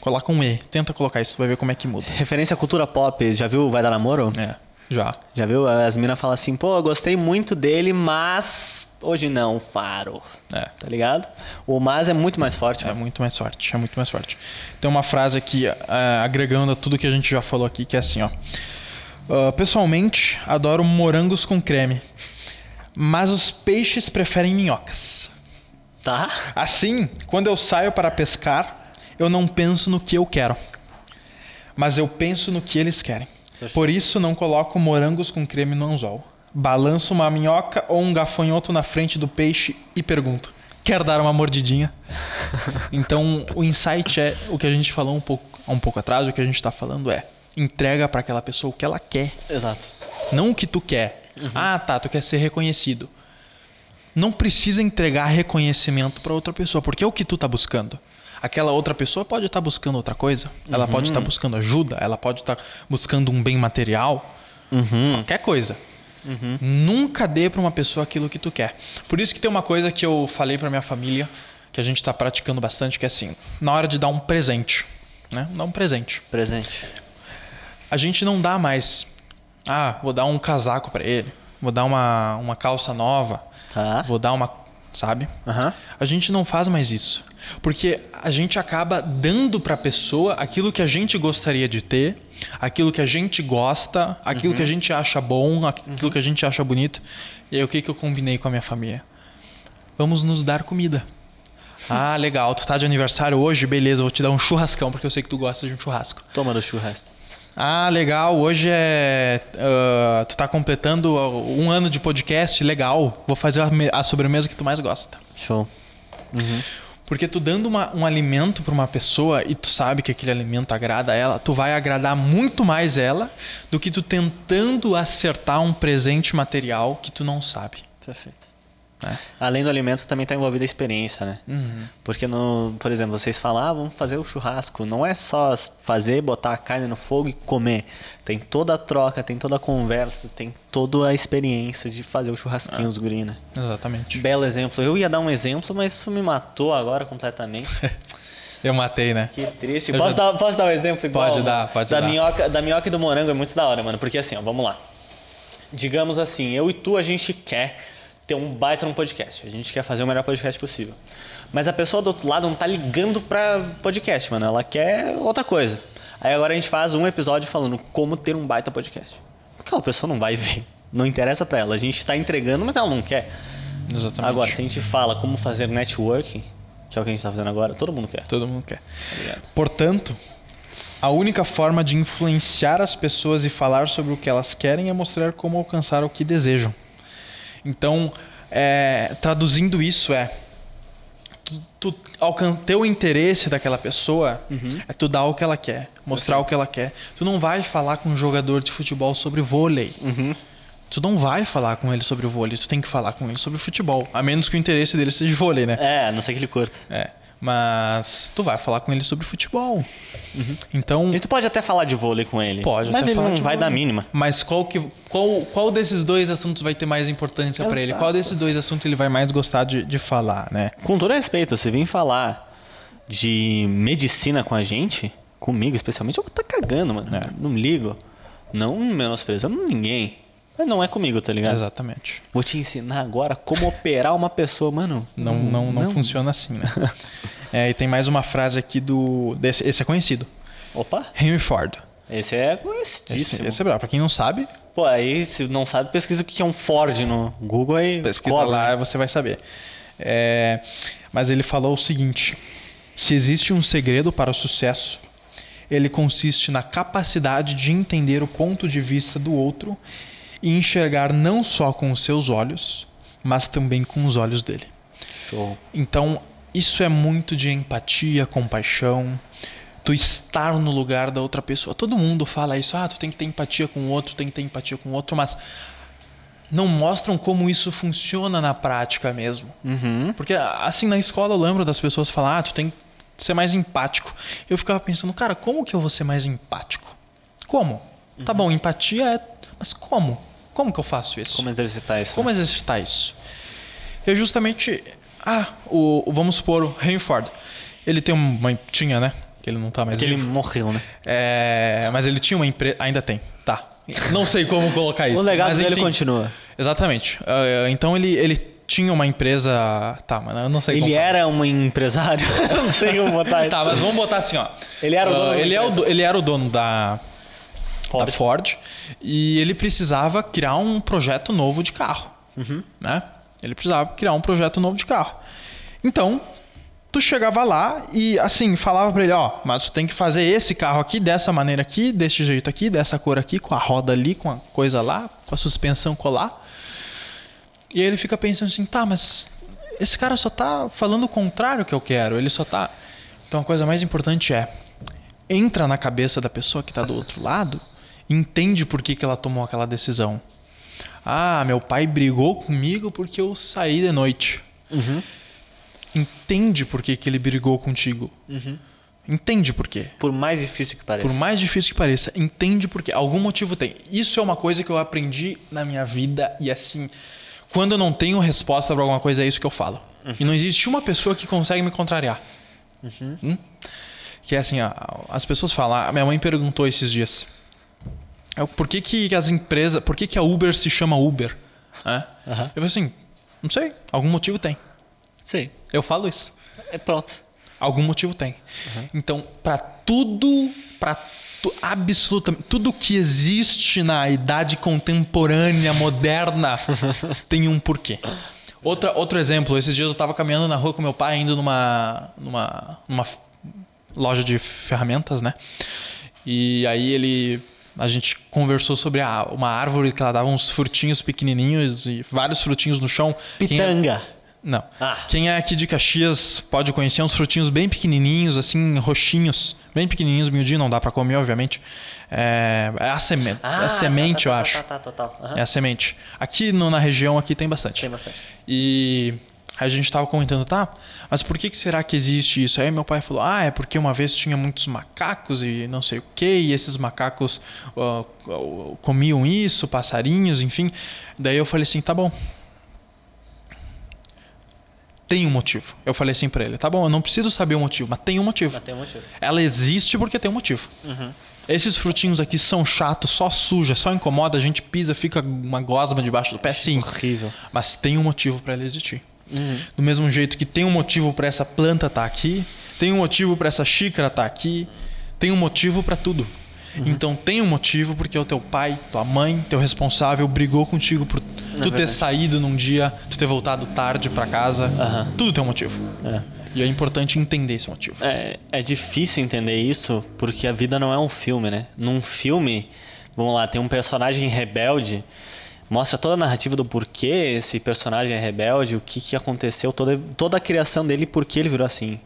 [SPEAKER 1] Coloca um E. Tenta colocar isso, tu vai ver como é que muda.
[SPEAKER 2] Referência à cultura pop, já viu Vai Dar Namoro?
[SPEAKER 1] É, já.
[SPEAKER 2] Já viu? As minas falam assim, pô, eu gostei muito dele, mas hoje não, faro.
[SPEAKER 1] É.
[SPEAKER 2] Tá ligado? O mas é muito mais forte,
[SPEAKER 1] É
[SPEAKER 2] mano.
[SPEAKER 1] muito mais forte, é muito mais forte. Tem uma frase aqui, ah, agregando a tudo que a gente já falou aqui, que é assim, ó. Ah, pessoalmente, adoro morangos com creme, mas os peixes preferem minhocas.
[SPEAKER 2] Tá?
[SPEAKER 1] Assim, quando eu saio para pescar, eu não penso no que eu quero, mas eu penso no que eles querem. Por isso, não coloco morangos com creme no anzol. Balanço uma minhoca ou um gafanhoto na frente do peixe e pergunto: quer dar uma mordidinha? então, o insight é o que a gente falou um pouco, um pouco atrás, o que a gente está falando é: entrega para aquela pessoa o que ela quer
[SPEAKER 2] Exato.
[SPEAKER 1] não o que tu quer. Ah, tá, tu quer ser reconhecido. Não precisa entregar reconhecimento pra outra pessoa, porque é o que tu tá buscando. Aquela outra pessoa pode estar buscando outra coisa. Ela pode estar buscando ajuda, ela pode estar buscando um bem material,
[SPEAKER 2] Uhum.
[SPEAKER 1] qualquer coisa. Nunca dê pra uma pessoa aquilo que tu quer. Por isso que tem uma coisa que eu falei pra minha família, que a gente tá praticando bastante, que é assim, na hora de dar um presente, né? Dar um presente
[SPEAKER 2] Presente.
[SPEAKER 1] a gente não dá mais. Ah, vou dar um casaco pra ele, vou dar uma, uma calça nova,
[SPEAKER 2] Tá?
[SPEAKER 1] vou dar uma. Sabe?
[SPEAKER 2] Aham.
[SPEAKER 1] A gente não faz mais isso. Porque a gente acaba dando pra pessoa aquilo que a gente gostaria de ter, aquilo que a gente gosta, aquilo que a gente acha bom, aquilo que a gente acha bonito. E aí o que, que eu combinei com a minha família? Vamos nos dar comida. Ah, legal, tu tá de aniversário hoje, beleza, eu vou te dar um churrascão, porque eu sei que tu gosta de um churrasco.
[SPEAKER 2] Toma no churras.
[SPEAKER 1] Ah, legal. Hoje é. ah, tu tá completando um ano de podcast, legal. Vou fazer a, me- a sobremesa que tu mais gosta.
[SPEAKER 2] Show.
[SPEAKER 1] Porque tu dando uma- um alimento pra uma pessoa e tu sabe que aquele alimento agrada ela, tu vai agradar muito mais ela do que tu tentando acertar um presente material que tu não sabe.
[SPEAKER 2] Perfeito.
[SPEAKER 1] né?
[SPEAKER 2] Além do alimento, também tá envolvida a experiência, né? Porque, no, por exemplo, vocês falam, ah, vamos fazer o churrasco. Não é só fazer, botar a carne no fogo e comer. Tem toda a troca, tem toda a conversa, tem toda a experiência de fazer o churrasquinho, os guri, né?
[SPEAKER 1] Exatamente.
[SPEAKER 2] Belo exemplo. Eu ia dar um exemplo, mas isso me matou agora
[SPEAKER 1] [LAUGHS]
[SPEAKER 2] completamente.
[SPEAKER 1] Eu matei, né?
[SPEAKER 2] Que triste.
[SPEAKER 1] Eu
[SPEAKER 2] Posso,
[SPEAKER 1] já-
[SPEAKER 2] dar, posso dar um exemplo igual?
[SPEAKER 1] Pode
[SPEAKER 2] mano?
[SPEAKER 1] dar, pode
[SPEAKER 2] da
[SPEAKER 1] dar.
[SPEAKER 2] Minhoca, da minhoca e do morango é muito da hora, mano. Porque assim, ó, vamos lá. Digamos assim, eu e tu, a gente quer ter um baita num podcast. A gente quer fazer o melhor podcast possível. Mas a pessoa do outro lado não tá ligando pra podcast, mano. Ela quer outra coisa. Aí agora a gente faz um episódio falando como ter um baita podcast. Aquela pessoa não vai ver. Não interessa pra ela. A gente tá entregando, mas ela não quer.
[SPEAKER 1] Exatamente.
[SPEAKER 2] Agora, se a gente fala como fazer networking, que é o que a gente tá fazendo agora, todo mundo quer.
[SPEAKER 1] Todo mundo quer.
[SPEAKER 2] Tá ligado?
[SPEAKER 1] Portanto, a única forma de influenciar as pessoas e falar sobre o que elas querem é mostrar como alcançar o que desejam. Então, é, traduzindo isso é tu, tu alcan- teu interesse daquela pessoa é tu dar o que ela quer, mostrar o que ela quer. Tu não vai falar com um jogador de futebol sobre vôlei. Tu não vai falar com ele sobre vôlei, tu tem que falar com ele sobre futebol. A menos que o interesse dele seja vôlei, né?
[SPEAKER 2] É, a não sei que ele curta.
[SPEAKER 1] É. Mas tu vai falar com ele sobre futebol. Então,
[SPEAKER 2] E tu pode até falar de vôlei com ele.
[SPEAKER 1] Pode
[SPEAKER 2] Mas
[SPEAKER 1] até
[SPEAKER 2] ele
[SPEAKER 1] falar
[SPEAKER 2] não
[SPEAKER 1] de
[SPEAKER 2] vai
[SPEAKER 1] vôlei.
[SPEAKER 2] dar mínima.
[SPEAKER 1] mas qual que qual, qual desses dois assuntos vai ter mais importância pra ele? Qual desses dois assuntos ele vai mais gostar de, de falar, né?
[SPEAKER 2] Com todo respeito, se vir falar de medicina com a gente, comigo especialmente, eu vou tá cagando, mano.
[SPEAKER 1] É.
[SPEAKER 2] Não ligo. Não menosprezando ninguém. Mas não é comigo, tá ligado?
[SPEAKER 1] Exatamente.
[SPEAKER 2] Vou te ensinar agora como operar uma pessoa, mano.
[SPEAKER 1] Não, não, não, funciona assim, [LAUGHS] né? É, e tem mais uma frase aqui do. Desse, esse é conhecido.
[SPEAKER 2] Opa,
[SPEAKER 1] Henry Ford.
[SPEAKER 2] esse é
[SPEAKER 1] Esse,
[SPEAKER 2] conhecidíssimo.
[SPEAKER 1] esse é brabo. Pra quem não sabe,
[SPEAKER 2] Pô, aí se não sabe, pesquisa o que é um Ford no Google aí.
[SPEAKER 1] pesquisa
[SPEAKER 2] cobra.
[SPEAKER 1] lá você vai saber. É, mas ele falou o seguinte: se existe um segredo para o sucesso, ele consiste na capacidade de entender o ponto de vista do outro e enxergar não só com os seus olhos, mas também com os olhos dele.
[SPEAKER 2] Show.
[SPEAKER 1] Então, isso é muito de empatia, compaixão, tu estar no lugar da outra pessoa. Todo mundo fala isso, ah, tu tem que ter empatia com o outro, tem que ter empatia com o outro, mas não mostram como isso funciona na prática mesmo.
[SPEAKER 2] Uhum.
[SPEAKER 1] Porque assim, na escola eu lembro das pessoas falar, ah, tu tem que ser mais empático. Eu ficava pensando, cara, como que eu vou ser mais empático? Como? Tá bom, empatia é. Mas como? Como que eu faço isso?
[SPEAKER 2] Como é exercitar isso?
[SPEAKER 1] Como exercitar isso? Eu justamente. Ah, o, o- vamos supor, o Henry Ford. Ele tem uma. Tinha, né? Que ele não tá mais
[SPEAKER 2] Porque ele
[SPEAKER 1] vivo.
[SPEAKER 2] morreu, né?
[SPEAKER 1] É, mas ele tinha uma empresa. Ainda tem, tá. Não sei como
[SPEAKER 2] [LAUGHS]
[SPEAKER 1] colocar isso.
[SPEAKER 2] o legado
[SPEAKER 1] mas,
[SPEAKER 2] dele
[SPEAKER 1] enfim.
[SPEAKER 2] continua.
[SPEAKER 1] Exatamente. Ah, então ele, ele tinha uma empresa. Tá, mas eu não sei
[SPEAKER 2] Ele
[SPEAKER 1] como.
[SPEAKER 2] era um [LAUGHS] empresário? não sei como botar isso.
[SPEAKER 1] Tá, mas vamos botar assim, ó.
[SPEAKER 2] Ele era o dono
[SPEAKER 1] Ah,
[SPEAKER 2] da
[SPEAKER 1] ele, é o
[SPEAKER 2] empresa.
[SPEAKER 1] do- ele era o dono da Ford. da Ford e ele precisava criar um projeto novo de carro,
[SPEAKER 2] Uhum.
[SPEAKER 1] né? Ele precisava criar um projeto novo de carro. Então, tu chegava lá e assim falava pra ele, ó, mas tu tem que fazer esse carro aqui dessa maneira aqui, deste jeito aqui, dessa cor aqui, com a roda ali, com a coisa lá, com a suspensão colar. E aí ele fica pensando assim, tá, mas esse cara só tá falando o contrário que eu quero. Ele só tá. Então a coisa mais importante é: entra na cabeça da pessoa que tá do outro lado, entende por que, que ela tomou aquela decisão. Ah, meu pai brigou comigo porque eu saí de noite. Entende por que, que ele brigou contigo. Entende por quê.
[SPEAKER 2] Por mais difícil que pareça.
[SPEAKER 1] Por mais difícil que pareça, entende por quê. Algum motivo tem. Isso é uma coisa que eu aprendi na minha vida e assim, quando eu não tenho resposta pra alguma coisa, é isso que eu falo. E não existe uma pessoa que consegue me contrariar. Hum? Que é assim, ó, as pessoas falam, a minha mãe perguntou esses dias. é, Por que, que as empresas, por que, que a Uber se chama Uber? Hã?
[SPEAKER 2] Aham.
[SPEAKER 1] Eu falei assim, não sei, algum motivo tem.
[SPEAKER 2] Sim.
[SPEAKER 1] Eu falo isso.
[SPEAKER 2] É pronto.
[SPEAKER 1] Algum motivo tem. Então, pra tudo, para absolutamente tudo que existe na idade contemporânea moderna tem um porquê. Outra, outro exemplo, esses dias eu tava caminhando na rua com meu pai indo numa numa, numa f- loja de ferramentas, né? E aí ele a gente conversou sobre a- uma árvore que ela dava uns frutinhos pequenininhos e vários frutinhos no chão. Quem- é
[SPEAKER 2] Pitanga.
[SPEAKER 1] não.
[SPEAKER 2] Ah.
[SPEAKER 1] Quem é aqui de Caxias pode conhecer é uns frutinhos bem pequenininhos, assim, roxinhos. Bem pequenininhos, miudinho, não dá pra comer, obviamente. É, é a semente, é a semente eu acho.
[SPEAKER 2] Ah, Tá, tá, total.
[SPEAKER 1] É a semente. Aqui no- na região aqui tem bastante.
[SPEAKER 2] Tem bastante.
[SPEAKER 1] E a gente tava comentando, tá? Mas por que, que será que existe isso? Aí meu pai falou, ah, é porque uma vez tinha muitos macacos e não sei o que, e esses macacos ó, ó, comiam isso, passarinhos, enfim. Daí eu falei assim, tá bom. Tem um motivo. Eu falei assim pra ele, tá bom, eu não preciso saber o motivo, mas tem um motivo.
[SPEAKER 2] Mas tem um Uhum. motivo.
[SPEAKER 1] Ela existe porque tem um motivo. Esses frutinhos aqui são chatos, só suja, só incomoda, a gente pisa, fica uma gosma debaixo do pé, sim.
[SPEAKER 2] Horrível.
[SPEAKER 1] Mas tem um motivo pra ela existir.
[SPEAKER 2] Uhum.
[SPEAKER 1] Do mesmo jeito que tem um motivo pra essa planta estar aqui, tem um motivo pra essa xícara estar aqui, tem um motivo pra tudo.
[SPEAKER 2] Uhum.
[SPEAKER 1] Então tem um motivo porque o teu pai, tua mãe, teu responsável brigou contigo por tu ter
[SPEAKER 2] É verdade.
[SPEAKER 1] saído num dia, tu ter voltado tarde pra casa.
[SPEAKER 2] Aham.
[SPEAKER 1] Tudo tem um motivo.
[SPEAKER 2] É.
[SPEAKER 1] E é importante entender esse motivo.
[SPEAKER 2] É, é difícil entender isso porque a vida não é um filme, né? Num filme, vamos lá, tem um personagem rebelde, Mostra toda a narrativa do porquê esse personagem é rebelde, o que, que aconteceu, toda, toda a criação dele e por que ele virou assim.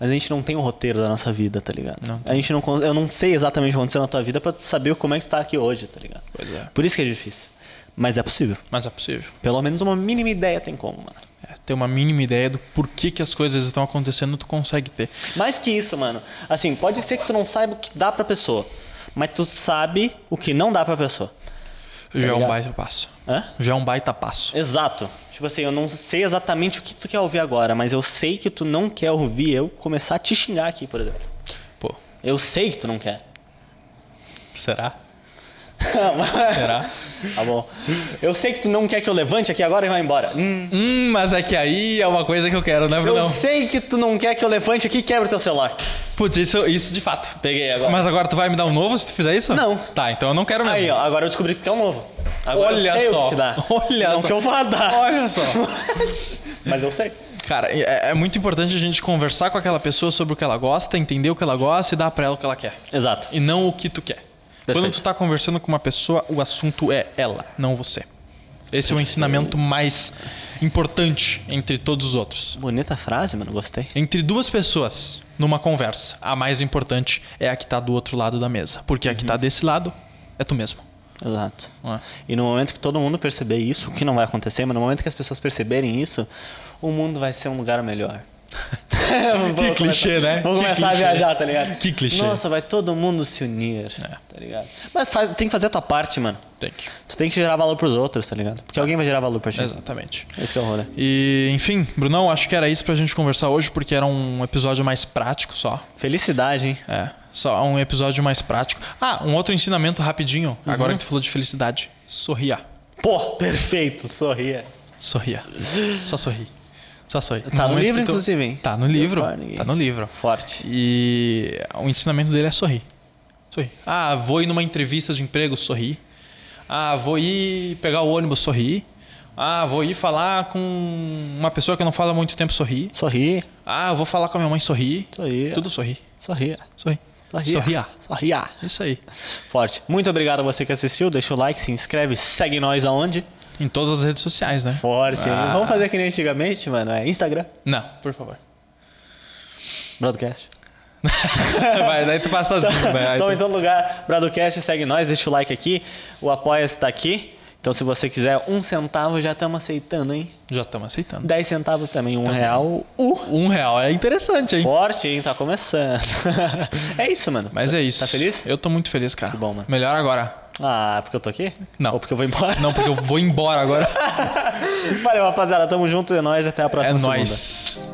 [SPEAKER 2] Mas a gente não tem o roteiro da nossa vida, tá ligado?
[SPEAKER 1] Não
[SPEAKER 2] a gente não, con- eu não sei exatamente o que aconteceu na tua vida pra saber como é que tu tá aqui hoje, tá ligado?
[SPEAKER 1] Pois é.
[SPEAKER 2] Por isso que é difícil. Mas é possível.
[SPEAKER 1] Mas é possível.
[SPEAKER 2] Pelo menos uma mínima ideia tem como, mano.
[SPEAKER 1] É, ter uma mínima ideia do porquê que as coisas estão acontecendo, tu consegue ter.
[SPEAKER 2] Mais que isso, mano. Assim, pode ser que tu não saiba o que dá pra pessoa, mas tu sabe o que não dá pra pessoa.
[SPEAKER 1] Já é um
[SPEAKER 2] ligado?
[SPEAKER 1] baita passo.
[SPEAKER 2] Hã?
[SPEAKER 1] Já é um baita passo.
[SPEAKER 2] Exato. Tipo assim, eu não sei exatamente o que tu quer ouvir agora, mas eu sei que tu não quer ouvir eu começar a te xingar aqui, por exemplo.
[SPEAKER 1] Pô,
[SPEAKER 2] Eu sei que tu não quer. [LAUGHS]
[SPEAKER 1] será?
[SPEAKER 2] tá
[SPEAKER 1] Será?
[SPEAKER 2] bom. Eu sei que tu não quer que eu levante aqui agora e vá embora. Hum.
[SPEAKER 1] hum, mas é que aí é uma coisa que eu quero, né,
[SPEAKER 2] Eu
[SPEAKER 1] Brunão?
[SPEAKER 2] sei que tu não quer que eu levante aqui e quebre teu celular.
[SPEAKER 1] Putz, isso, isso de fato.
[SPEAKER 2] Peguei agora.
[SPEAKER 1] Mas agora tu vai me dar um novo se tu fizer isso?
[SPEAKER 2] Não.
[SPEAKER 1] Tá, então eu não quero mesmo.
[SPEAKER 2] Aí, ó, agora eu descobri que tu quer um novo. Agora
[SPEAKER 1] Olha
[SPEAKER 2] eu sei o
[SPEAKER 1] só.
[SPEAKER 2] que te dá.
[SPEAKER 1] Olha
[SPEAKER 2] não
[SPEAKER 1] só.
[SPEAKER 2] que eu vá dar.
[SPEAKER 1] Olha só.
[SPEAKER 2] Mas eu sei.
[SPEAKER 1] Cara, é, é muito importante a gente conversar com aquela pessoa sobre o que ela gosta, entender o que ela gosta e dar pra ela o que ela quer.
[SPEAKER 2] Exato.
[SPEAKER 1] E não o que tu quer. Quando
[SPEAKER 2] Perfeito.
[SPEAKER 1] tu tá conversando com uma pessoa, o assunto é ela, não você. Esse é o ensinamento mais importante entre todos os outros.
[SPEAKER 2] Bonita frase, mano. Gostei.
[SPEAKER 1] Entre duas pessoas, numa conversa, a mais importante é a que tá do outro lado da mesa. Porque a que
[SPEAKER 2] Uhum.
[SPEAKER 1] tá desse lado é tu mesmo.
[SPEAKER 2] Exato.
[SPEAKER 1] Não é?
[SPEAKER 2] E no momento que todo mundo perceber isso, o que não vai acontecer, mas no momento que as pessoas perceberem isso, o mundo vai ser um lugar melhor.
[SPEAKER 1] [LAUGHS]
[SPEAKER 2] Vamos começar-
[SPEAKER 1] clichê, né?
[SPEAKER 2] Vamos
[SPEAKER 1] Que
[SPEAKER 2] começar
[SPEAKER 1] clichê.
[SPEAKER 2] a viajar, tá ligado?
[SPEAKER 1] Que clichê. É.
[SPEAKER 2] Nossa, vai todo mundo se unir, tá ligado? Mas faz- tem que fazer a tua parte, mano.
[SPEAKER 1] Tem que.
[SPEAKER 2] Tu tem que gerar valor pros outros, tá ligado? Porque alguém vai gerar valor pra ti.
[SPEAKER 1] Exatamente.
[SPEAKER 2] Esse que é o rolê.
[SPEAKER 1] E, enfim, Brunão, acho que era isso pra gente conversar hoje, porque era um episódio mais prático só.
[SPEAKER 2] Felicidade, hein?
[SPEAKER 1] É, só um episódio mais prático. Ah, um outro ensinamento rapidinho, agora
[SPEAKER 2] Uhum.
[SPEAKER 1] que tu falou de felicidade. Sorria.
[SPEAKER 2] Pô, perfeito, sorria.
[SPEAKER 1] Sorria. Só sorri. Só sorri.
[SPEAKER 2] Tá no
[SPEAKER 1] momento
[SPEAKER 2] livro,
[SPEAKER 1] que tu-
[SPEAKER 2] inclusive, hein? é
[SPEAKER 1] Tá no livro.
[SPEAKER 2] Carnegie.
[SPEAKER 1] Tá no livro.
[SPEAKER 2] Forte.
[SPEAKER 1] E o ensinamento dele é sorrir. Sorrir. Ah, vou ir numa entrevista de emprego, sorrir. Ah, vou ir pegar o ônibus, sorrir. Ah, vou ir falar com uma pessoa que eu não falo há muito tempo, sorrir.
[SPEAKER 2] Sorria,
[SPEAKER 1] Ah, eu vou falar com a minha mãe, sorrir.
[SPEAKER 2] sorria.
[SPEAKER 1] Tudo sorrir.
[SPEAKER 2] Sorria.
[SPEAKER 1] Sorrir.
[SPEAKER 2] Sorria.
[SPEAKER 1] Sorria.
[SPEAKER 2] Sorria.
[SPEAKER 1] Isso aí.
[SPEAKER 2] Forte. Muito obrigado a você que assistiu. Deixa o like, se inscreve, segue nós aonde?
[SPEAKER 1] Em todas as redes sociais, né?
[SPEAKER 2] Forte.
[SPEAKER 1] Ah.
[SPEAKER 2] Vamos fazer que nem antigamente, mano. É Instagram,
[SPEAKER 1] Não, por favor. [LAUGHS]
[SPEAKER 2] Broadcast.
[SPEAKER 1] Vai, daí tu passa sozinho, né? Aí
[SPEAKER 2] Então, em
[SPEAKER 1] tu-
[SPEAKER 2] todo lugar, Broadcast, segue nós, deixa o like aqui. O Apoia-se tá aqui. Então, se você quiser um centavo, já estamos aceitando, hein?
[SPEAKER 1] Já estamos aceitando.
[SPEAKER 2] Dez centavos também, um real. então. Uh,
[SPEAKER 1] Um real é interessante, hein?
[SPEAKER 2] forte, hein? Tá começando. [LAUGHS] é isso, mano.
[SPEAKER 1] Mas é isso.
[SPEAKER 2] Tá feliz?
[SPEAKER 1] Eu tô muito feliz, cara. Que
[SPEAKER 2] bom, mano.
[SPEAKER 1] Melhor agora.
[SPEAKER 2] Ah, porque eu tô aqui?
[SPEAKER 1] Não.
[SPEAKER 2] Ou porque eu vou embora? [LAUGHS]
[SPEAKER 1] Não, porque eu vou embora agora.
[SPEAKER 2] Valeu, rapaziada. Tamo junto, é nóis. Até a
[SPEAKER 1] É
[SPEAKER 2] próxima segunda.
[SPEAKER 1] nóis.